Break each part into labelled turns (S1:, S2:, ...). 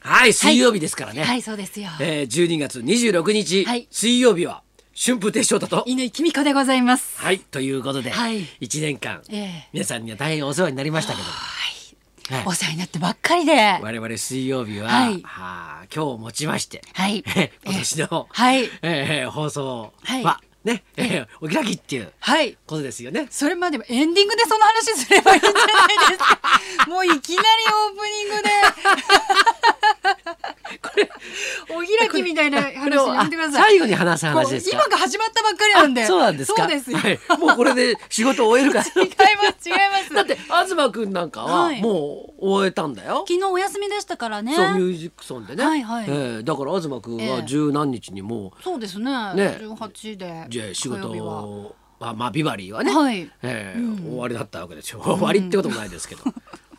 S1: はい水曜日ですからね、
S2: はい、そうですよ。
S1: えー、12月26日、
S2: はい
S1: 水曜日は春風亭昇太と
S2: 犬井君子でございます。
S1: はいということで、
S2: はい
S1: 一年間、
S2: ええ
S1: 皆さんには大変お世話になりましたけど、
S2: お
S1: はい、
S2: 世話になってばっかりで。
S1: 我々水曜日は、
S2: はい
S1: はあ今日をもちまして、
S2: はい。
S1: え今年の、
S2: はい
S1: えー放送は、
S2: は
S1: ね、えーお開きっていう
S2: はい。
S1: ことですよね。
S2: それまでもエンディングでその話すればいいんじゃないです か。もういきなりオープニングで。これ、お開きみたいな
S1: こ
S2: 話
S1: れを
S2: やめてくださ
S1: あ
S2: い。
S1: 最後に話す話です
S2: こ
S1: か
S2: う今が始まったばっかりなんで。
S1: あそうなんですか
S2: そうですよ。
S1: は
S2: 違い
S1: い、もうこれで仕事終えるから
S2: ます、違います。
S1: だって東くんなんかは
S2: はい
S1: もう終えたんだよ、
S2: 昨日お休みでしたからね。
S1: そうミュージックソンでね、
S2: はいはい
S1: えーだから東くん
S2: え
S1: は
S2: え
S1: 十何日にも
S2: そうですね。
S1: ね
S2: 18で
S1: う。じゃあ仕
S2: 火曜日は
S1: 事はまあビバリーはね、
S2: はい
S1: えー終わりだったわけですよ 終わりってこともないですけど、ね、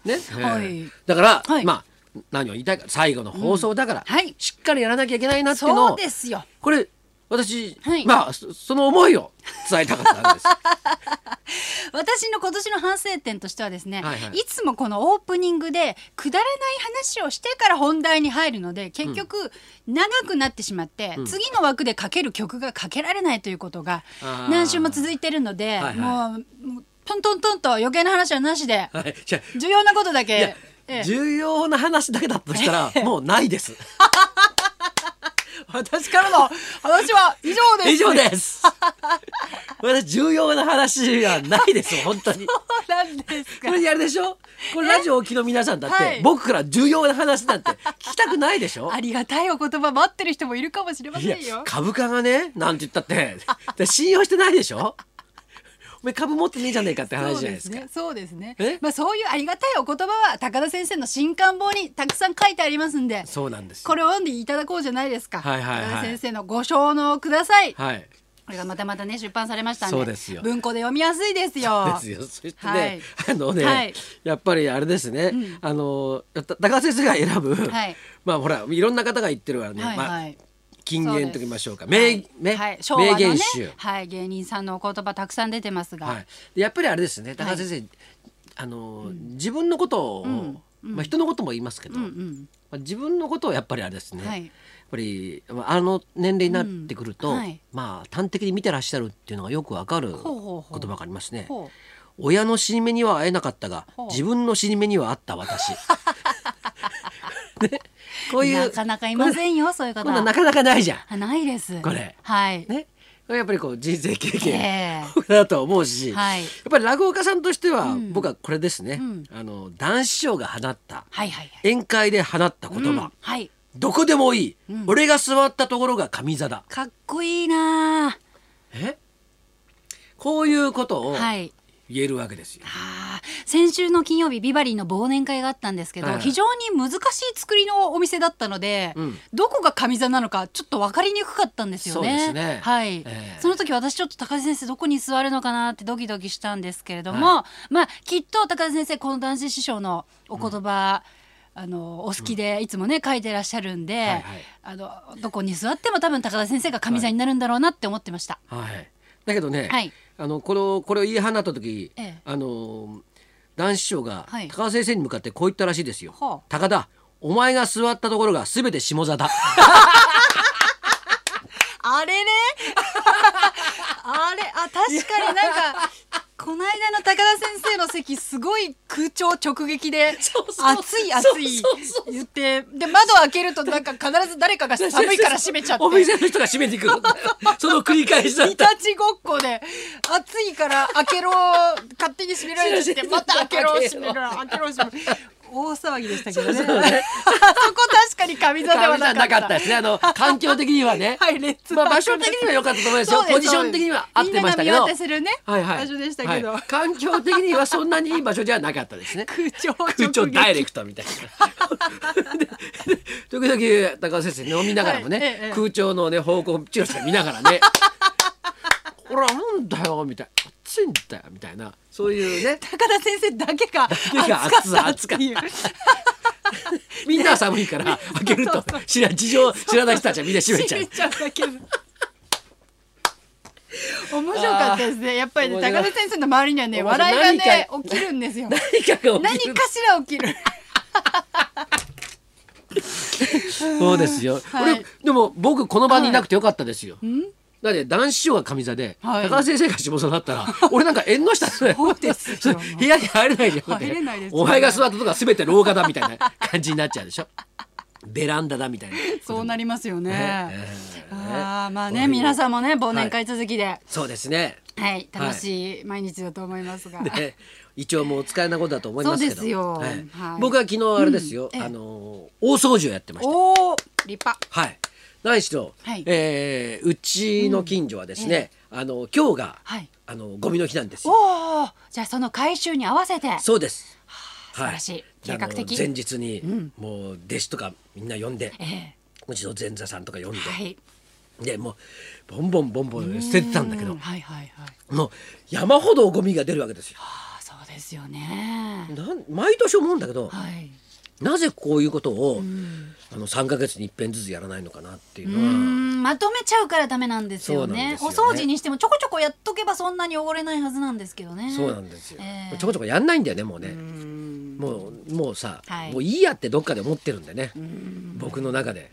S1: えー
S2: はい
S1: だから、
S2: はい
S1: まあ何を言いたいか最後の放送だから、
S2: うんはい
S1: しっかりやらなきゃいけないなっていうの
S2: そ
S1: を
S2: うですよ。
S1: これ私、
S2: はい
S1: まあそその思いを伝えたかったわけ です。
S2: 私の今年の反省点としてはですね、
S1: はい
S2: い
S1: はい
S2: つもこのオープニングでくだらない話をしてから本題に入るので結局長くなってしまって、次の枠でかける曲がかけられないということが
S1: あー
S2: 何週も続いてるので、
S1: はいはい
S2: もうもうトントントンと余計な話はなしで
S1: はい、じゃあ
S2: 重要なことだ
S1: いや
S2: け。ええ
S1: 重要な話だけだとしたら、もうないです。私からの
S2: 話は以上です。
S1: 以上です。 私重要な話はないです、本当に。
S2: そうなんです
S1: こ
S2: か。
S1: れやるでしょこれラジオをお聞きの皆さんだって、
S2: はい
S1: 僕から重要な話なんて 聞きたくないでしょ
S2: ありがたいお言葉待ってる人もいるかもしれま
S1: い
S2: せ
S1: や
S2: んよ。
S1: 株価がねなんて言ったって で信用してないでしょお前株持ってねえじゃねえかって話じゃないですか。
S2: そうですね。そうです
S1: え
S2: ね。まあそういうありがたいお言葉は高田先生の新刊本にたくさん書いてありますんで、
S1: そうなんですよ。
S2: これを読んでいただこうじゃないですか。
S1: はいはいはい
S2: 高田先生のご承納ください。
S1: はい。
S2: これがまたまたね出版されましたんで、
S1: そうですよ
S2: 文庫で読みやすいですよ。
S1: ですよ。そしてね、あのね、
S2: はい
S1: やっぱりあれですね、あのた高橋先生が選ぶ、
S2: はい
S1: まあほらいろんな方が言ってるからね、
S2: はい
S1: ま
S2: は
S1: あ
S2: い。
S1: 金言と言いましょうか、
S2: は
S1: 名、
S2: い
S1: ね
S2: はい、昭和
S1: 名
S2: のね
S1: 言集、、
S2: はい、芸人さんのお言葉たくさん出てますが、
S1: はい。でやっぱりあれですね、高橋先生、あの、自分のことを、まあ人のことも言いますけど、
S2: うんうん、
S1: まあ自分のことをやっぱりあれですね。
S2: はい
S1: やっぱりまああの年齢になってくると、
S2: うんはい
S1: まあ端的に見てらっしゃるっていうのがよくわかる言
S2: ほうほうほう
S1: 葉がありますね。
S2: ほう
S1: 親の死に目には会えなかったが
S2: ほう
S1: 自分の死に目にはあった 私ねこういう
S2: なかなかいませんよそういう
S1: こ
S2: 方
S1: んななかなかないじゃん
S2: あないです。
S1: これ
S2: はい、
S1: ねこれやっぱりこう人生経験
S2: ええ
S1: 豊富だと思うし、
S2: はい
S1: やっぱり落語家さんとしては、僕はこれですね、
S2: うん
S1: あの男子師匠が放った
S2: はいはいはい。
S1: 宴会で放った言葉、
S2: うんはい。
S1: どこでもいい、
S2: うん
S1: 俺が座ったところが上座だ
S2: かっこいいなあ。
S1: えこういうことを
S2: はい。
S1: 言えるわけですよ、
S2: ああ、先週の金曜日ビバリーの忘年会があったんですけど、
S1: はい
S2: 非常に難しい作りのお店だったので、
S1: うん
S2: どこが上座なのかちょっと分かりにくかったんですよね。
S1: そうですね
S2: はい、
S1: ええ
S2: その時私ちょっと高橋先生どこに座るのかなってドキドキしたんですけれども、まあきっと高橋先生この男子師匠のお言葉、あのお好きでいつもね書いてらっしゃるんで、
S1: はいはい
S2: あのどこに座っても多分高田先生が上座になるんだろうなって思ってました。
S1: はい。だけどね、
S2: はい
S1: あのこのこれを言い放った時、
S2: ええ
S1: あの男子師匠が
S2: はい
S1: 高田先生に向かってこう言ったらしいですよ。
S2: はあ
S1: 高田、お前が座ったところがすべて下座だ。
S2: あれね あれあ確かになんかこの間の高田先生の席すごい空調直撃 で
S1: そうそう
S2: 熱い熱い
S1: そうそうそう
S2: 言ってで窓開けるとなんか必ず誰かが寒いから閉めちゃっ
S1: お
S2: て。
S1: 店の人が閉め てくる。その繰り返しだっ
S2: い
S1: た。
S2: たちごっこで暑いから開けろ勝手に閉められててまた開けろ閉めろ開けろ閉めろ大騒ぎでしたけどね そこ確かに上座ではなか
S1: な
S2: っ
S1: か
S2: た
S1: ったですね。あ の環境的にはね。
S2: はい列
S1: まあ場所的には良かったと思いますよ。
S2: そうです
S1: ポジション的には合ってましたけど。
S2: みんなが見渡せるね
S1: はいはい。
S2: 場所でしたけど
S1: はい環境的にはそんなにいい場所じゃなかったです ね。
S2: 空調直撃
S1: 空調ダイレクトみたいな。で で時々高橋先生飲みながらもね、
S2: はいええ
S1: 空調のね方向をチラチラ見ながら ね「ほらなんだよ」みたいな「暑いんだよ」みたいなそういうね
S2: 高田先生だけが
S1: けが
S2: 暑かったっていう
S1: みんなは寒いから開けると知ら事情知らない人たちはみんな閉めちゃう。
S2: だけど面白かったですねやっぱりね
S1: 面白
S2: 高
S1: い
S2: 田先生の周りにはね
S1: 面白い
S2: 笑いがね
S1: 何
S2: 起きるん ですよ
S1: 何かが起き
S2: 何
S1: る
S2: かしら起きる
S1: そうですよ、
S2: はい
S1: 俺でも僕この場にいなくてよかったですよ、
S2: ん
S1: だって男子師匠が上座で、
S2: はい
S1: 高田先生が下座だったら俺なんか縁の下だよ
S2: そうですよ
S1: 部屋に入れないじゃん
S2: 入れないですよ
S1: お前が座ったとか全て廊下だみたいな感じになっちゃうでしょベランダだみたいな
S2: そうなりますよ
S1: え
S2: ね。
S1: え
S2: ああまあ
S1: こうい
S2: ね
S1: う
S2: 皆さんもね忘年会続きで、はい、
S1: そうですね
S2: 楽しい毎日だと思います が。
S1: ね、胃腸もお使いなことだと思いますけど
S2: そうですよ
S1: はい
S2: はい
S1: 僕は昨日あれですよ、
S2: うんええ
S1: あの大掃除をやってました
S2: おお立派。
S1: はい何しろ、
S2: はい
S1: えーうちの近所はですね、あの今日が、
S2: はい
S1: あのゴミの日なんですよ
S2: おおじゃあその回収に合わせて素
S1: そうです
S2: 晴らしい、計画
S1: あの
S2: 的。
S1: 前
S2: え
S1: 日に、もう弟子とかみんな呼んで
S2: え
S1: うちの前座さんとか呼んで、
S2: はい。
S1: でもうボンボンボンボン捨ててたんだけ
S2: う
S1: ど
S2: はいはいはい。
S1: もう山ほどゴミが出るわけですよ
S2: ああそうですよね。
S1: なん毎年思うんだけど、
S2: はい。
S1: なぜこういうことを、あの3ヶ月に一遍ずつやらないのかなっていう
S2: う
S1: の
S2: ー
S1: は、
S2: んまとめちゃうからダメなんですよ
S1: そうなん
S2: ね
S1: ですよね
S2: お掃除にしてもちょこちょこやっとけばそんなに汚れないはずなんですけどね
S1: そうなんですよ、
S2: ええ
S1: ちょこちょこやんないんだよねもうね、
S2: うん
S1: もうもうさ、
S2: はい
S1: もういいやってどっかで思ってるんでね、僕の中で、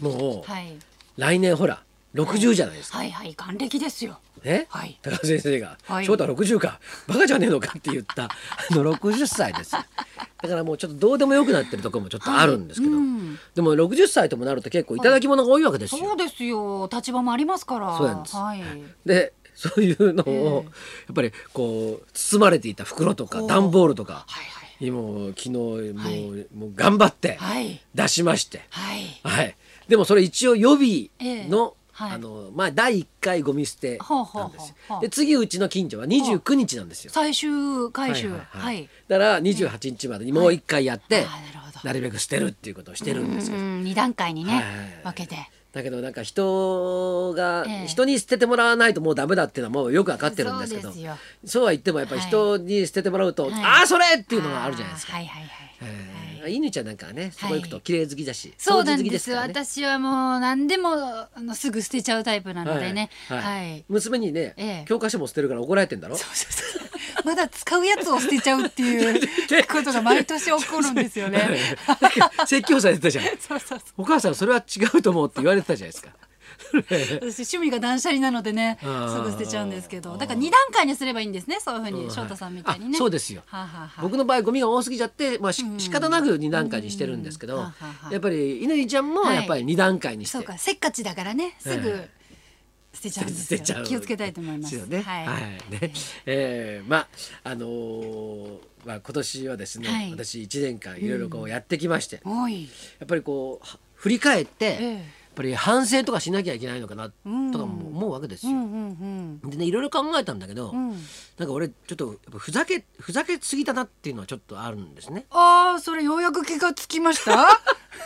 S1: もう、
S2: はい
S1: 来年ほら60じゃないですか、
S2: はいはい還暦ですよ
S1: ね、
S2: はい
S1: 高田先生が「
S2: はい
S1: 翔太60かバカじゃねえのか」って言った あの60歳ですだからもうちょっとどうでもよくなってるところもちょっとあるんですけど、
S2: はいうん
S1: でも60歳ともなると結構いただき物が多いわけですよ、
S2: そうですよ立場もありますから
S1: そうなんです
S2: はい
S1: でそういうの
S2: え
S1: を
S2: え
S1: やっぱりこう包まれていた袋とか
S2: おう
S1: 段ボールとか
S2: はい
S1: もう昨日もう,、
S2: はい
S1: もう頑張って
S2: はいはい
S1: 出しまして、
S2: はい
S1: はい、でもそれ一応予備の,、
S2: ええはい
S1: あのまあ、第1回ゴミ捨て
S2: ほうほう
S1: な
S2: ほうん
S1: ですよ
S2: ほう
S1: で次うちの近所は29日なんですよ。
S2: 最終回収
S1: は
S2: は
S1: はい
S2: いい、
S1: はいだから28日までにもう1回やって、
S2: あーなるほど
S1: なるべく捨てるっていうことをしてるんですけど、
S2: うん二段階にね、
S1: はい
S2: 分けて
S1: だけどなんか人が、
S2: ええ
S1: 人に捨ててもらわないともうダメだっていうのはもうよくわかってるんですけ
S2: そ
S1: ど
S2: うですよ
S1: そうは言ってもやっぱり
S2: はい
S1: 人に捨ててもらうと、
S2: はい
S1: ああそれっていうのがあるじゃないですか。
S2: あーはいはいはい、
S1: えー犬ちゃんなんかはねそこ行くと
S2: はい
S1: 綺麗好きだし、
S2: そう
S1: 掃
S2: な
S1: 除
S2: ん
S1: 好き
S2: です
S1: からね
S2: 私はもう何でもあのすぐ捨てちゃうタイプなのでね
S1: はいはい
S2: はい
S1: 娘にね、
S2: ええ
S1: 教科書も捨てるから怒られてんだろ
S2: そうそうそうまだ使うやつを捨てちゃうって いうことが毎年起こるんですよね。
S1: 説教されてたじゃん
S2: そうそうそ
S1: お母さんそれは違うと思うって言われてたじゃないですか
S2: う私趣味が断捨離なのでねす
S1: あー
S2: ぐ捨てちゃうんですけどだから二段階にすればいいんですねそういうふう
S1: うん
S2: に翔太さんみたいに
S1: あ
S2: ね。
S1: そうですよ
S2: はあはあはあ
S1: 僕の場合ゴミが多すぎちゃって、まあ、し
S2: うん
S1: 仕方なく2段階にしてるんですけど、
S2: うんははは
S1: やっぱり乾ちゃんもやっぱり2段階にして、
S2: そうかせっかちだからねす
S1: え
S2: ぐ捨てちゃうんですよ
S1: 捨てちゃう
S2: 気をつけたいと思います。
S1: ですよね。
S2: は
S1: はいい、ね、えー、まああのーまあ今年はですね、
S2: はい
S1: 私一年間いろいろこうやってきまして、や
S2: おい
S1: っぱりこうは振り返って、
S2: ええ
S1: やっぱり反省とかしなきゃいけないのかなとかも思うわけです
S2: う
S1: よ。
S2: んうん
S1: でねいろいろ考えたんだけど、
S2: うんうん
S1: なんか俺ちょっとやっぱふざけふざけすぎたなっていうのはちょっとあるんですね。
S2: ああそれようやく気がつきました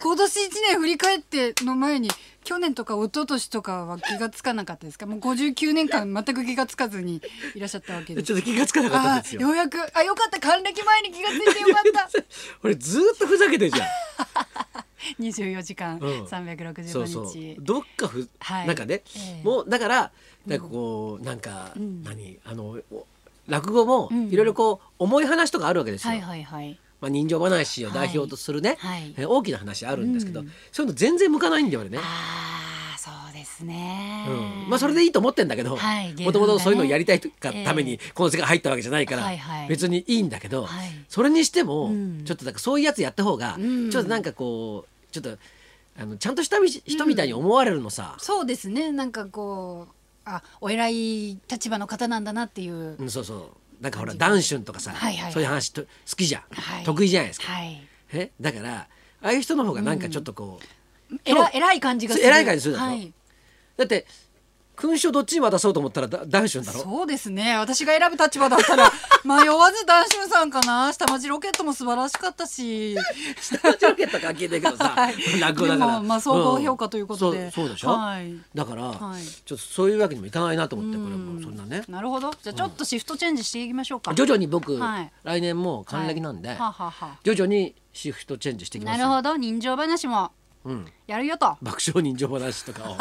S2: 今年一年振り返っての前に去年とか一昨年とかは気がつかなかったですかもう59年間全く気がつかずにいらっしゃったわけです
S1: ちょっと気がつかなかったん
S2: あ
S1: です
S2: ー
S1: よ。
S2: ようやくあよかった還暦前に気がついてよ かった
S1: 俺ずーっとふざけてるじ ゃん。
S2: 24時間
S1: うん
S2: 365日、
S1: そうそうどっかふ、
S2: はい
S1: なんかね、
S2: ええ
S1: もうだからなんかこう、なんか、
S2: ん
S1: 何あのお落語も
S2: うん
S1: いろいろこう重い話とかあるわけですよ、
S2: はいはいはい
S1: まあ、人情話を代表とするね、
S2: はいはい
S1: え大きな話あるんですけど、
S2: うん
S1: そういうの全然向かないんだよ俺ね。
S2: ああそうですね、
S1: うんまあ、それでいいと思ってんだけど
S2: はい芸風
S1: もともとそういうのを
S2: がね
S1: やりたいがためにこの世界入ったわけじゃないから、
S2: はいはい
S1: 別にいいんだけど、
S2: はい
S1: それにしても、
S2: うん
S1: ちょっとなんかそういうやつやった方が、
S2: うん
S1: ちょっとなんかこうちょっとあのちゃんとしたみ人みたいに思われるのさ、
S2: そうですねなんかこうあお偉い立場の方なんだなっていう、
S1: うん、そうそうなんかほら
S2: 感じが
S1: 男春とかさ、
S2: はいはい
S1: そういう話と好きじゃん、
S2: はい
S1: 得意じゃないですか、
S2: はい
S1: えだからああいう人の方がなんかちょっとこう、
S2: えら偉い感じがする
S1: そう偉い感じするだろ
S2: はい
S1: だって勲章どっちに渡そうと思ったらだ男春だろ
S2: そうですね私が選ぶ立場だったら 迷わず男春さんかな下町ロケットも素晴らしかったし
S1: 下町ロケットは関係ないけどさ、
S2: はい
S1: 落語だから、
S2: でもまあ総合評価ということで
S1: んそうそうでしょ、
S2: はい
S1: だから、
S2: はい
S1: ちょっとそういうわけにもいかないなと思ってこれもうそんなね
S2: なるほどじゃあちょっとシフトチェンジしていきましょうか
S1: 徐々に僕、
S2: はい
S1: 来年もう還暦なんで、
S2: はいはあはあはあ
S1: 徐々にシフトチェンジしていきま
S2: な
S1: す
S2: るほど人情話も
S1: うん、
S2: やるよと
S1: 爆笑人情話とかを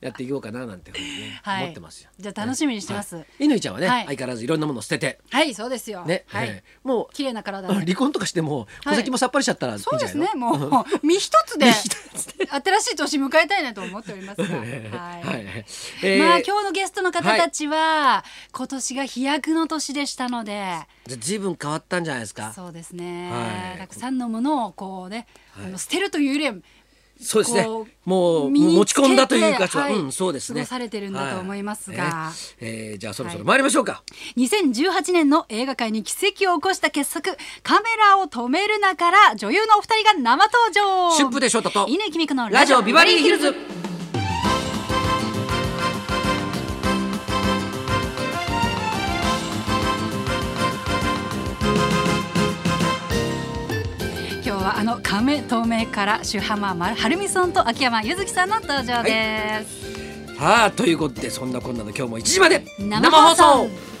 S1: やっていこうかななんてふうにね、
S2: はい
S1: 思ってますよ。
S2: じゃあ楽しみにしてます
S1: はい乾ちゃんはね、
S2: はい
S1: 相変わらずいろんなものを捨てて、
S2: はいそうですよ
S1: ね、
S2: はい、
S1: えーもう
S2: 綺麗な体で
S1: 離婚とかしても
S2: は
S1: 戸
S2: い
S1: 籍もさっぱりしちゃったらいいんじゃ
S2: そう
S1: ない
S2: で
S1: の、
S2: すねもうもう身一つで
S1: 身一
S2: 新しい年迎えたいなと思っております がはい、
S1: はいはいえー
S2: まあ今日のゲストの方たちは、今年が飛躍の年でしたので
S1: じゃあ随分変わったんじゃないですか。
S2: そうですね、
S1: はい
S2: たくさんのものをこうね、
S1: はい
S2: あの捨てるというよりは
S1: そうですね
S2: こ。う
S1: もう
S2: 身につけ
S1: 持ち込んだというか、
S2: てはい
S1: うん、そうですね。
S2: 過ごされてるんだと思いますが
S1: はいえーじゃあそろそろ参りましょうか。
S2: 2018年の映画界に奇跡を起こした傑作「カメラを止めるな」から女優のお二人が生登場
S1: 春風亭昇太と
S2: 乾きみくの
S1: ラジオビバリーヒルズ。
S2: 今日はあの「亀透明」から主浜丸はるみさんと秋山ゆずきさんの登場です、
S1: はあということでそんなこんなの今日も1時まで
S2: 生放送
S1: 送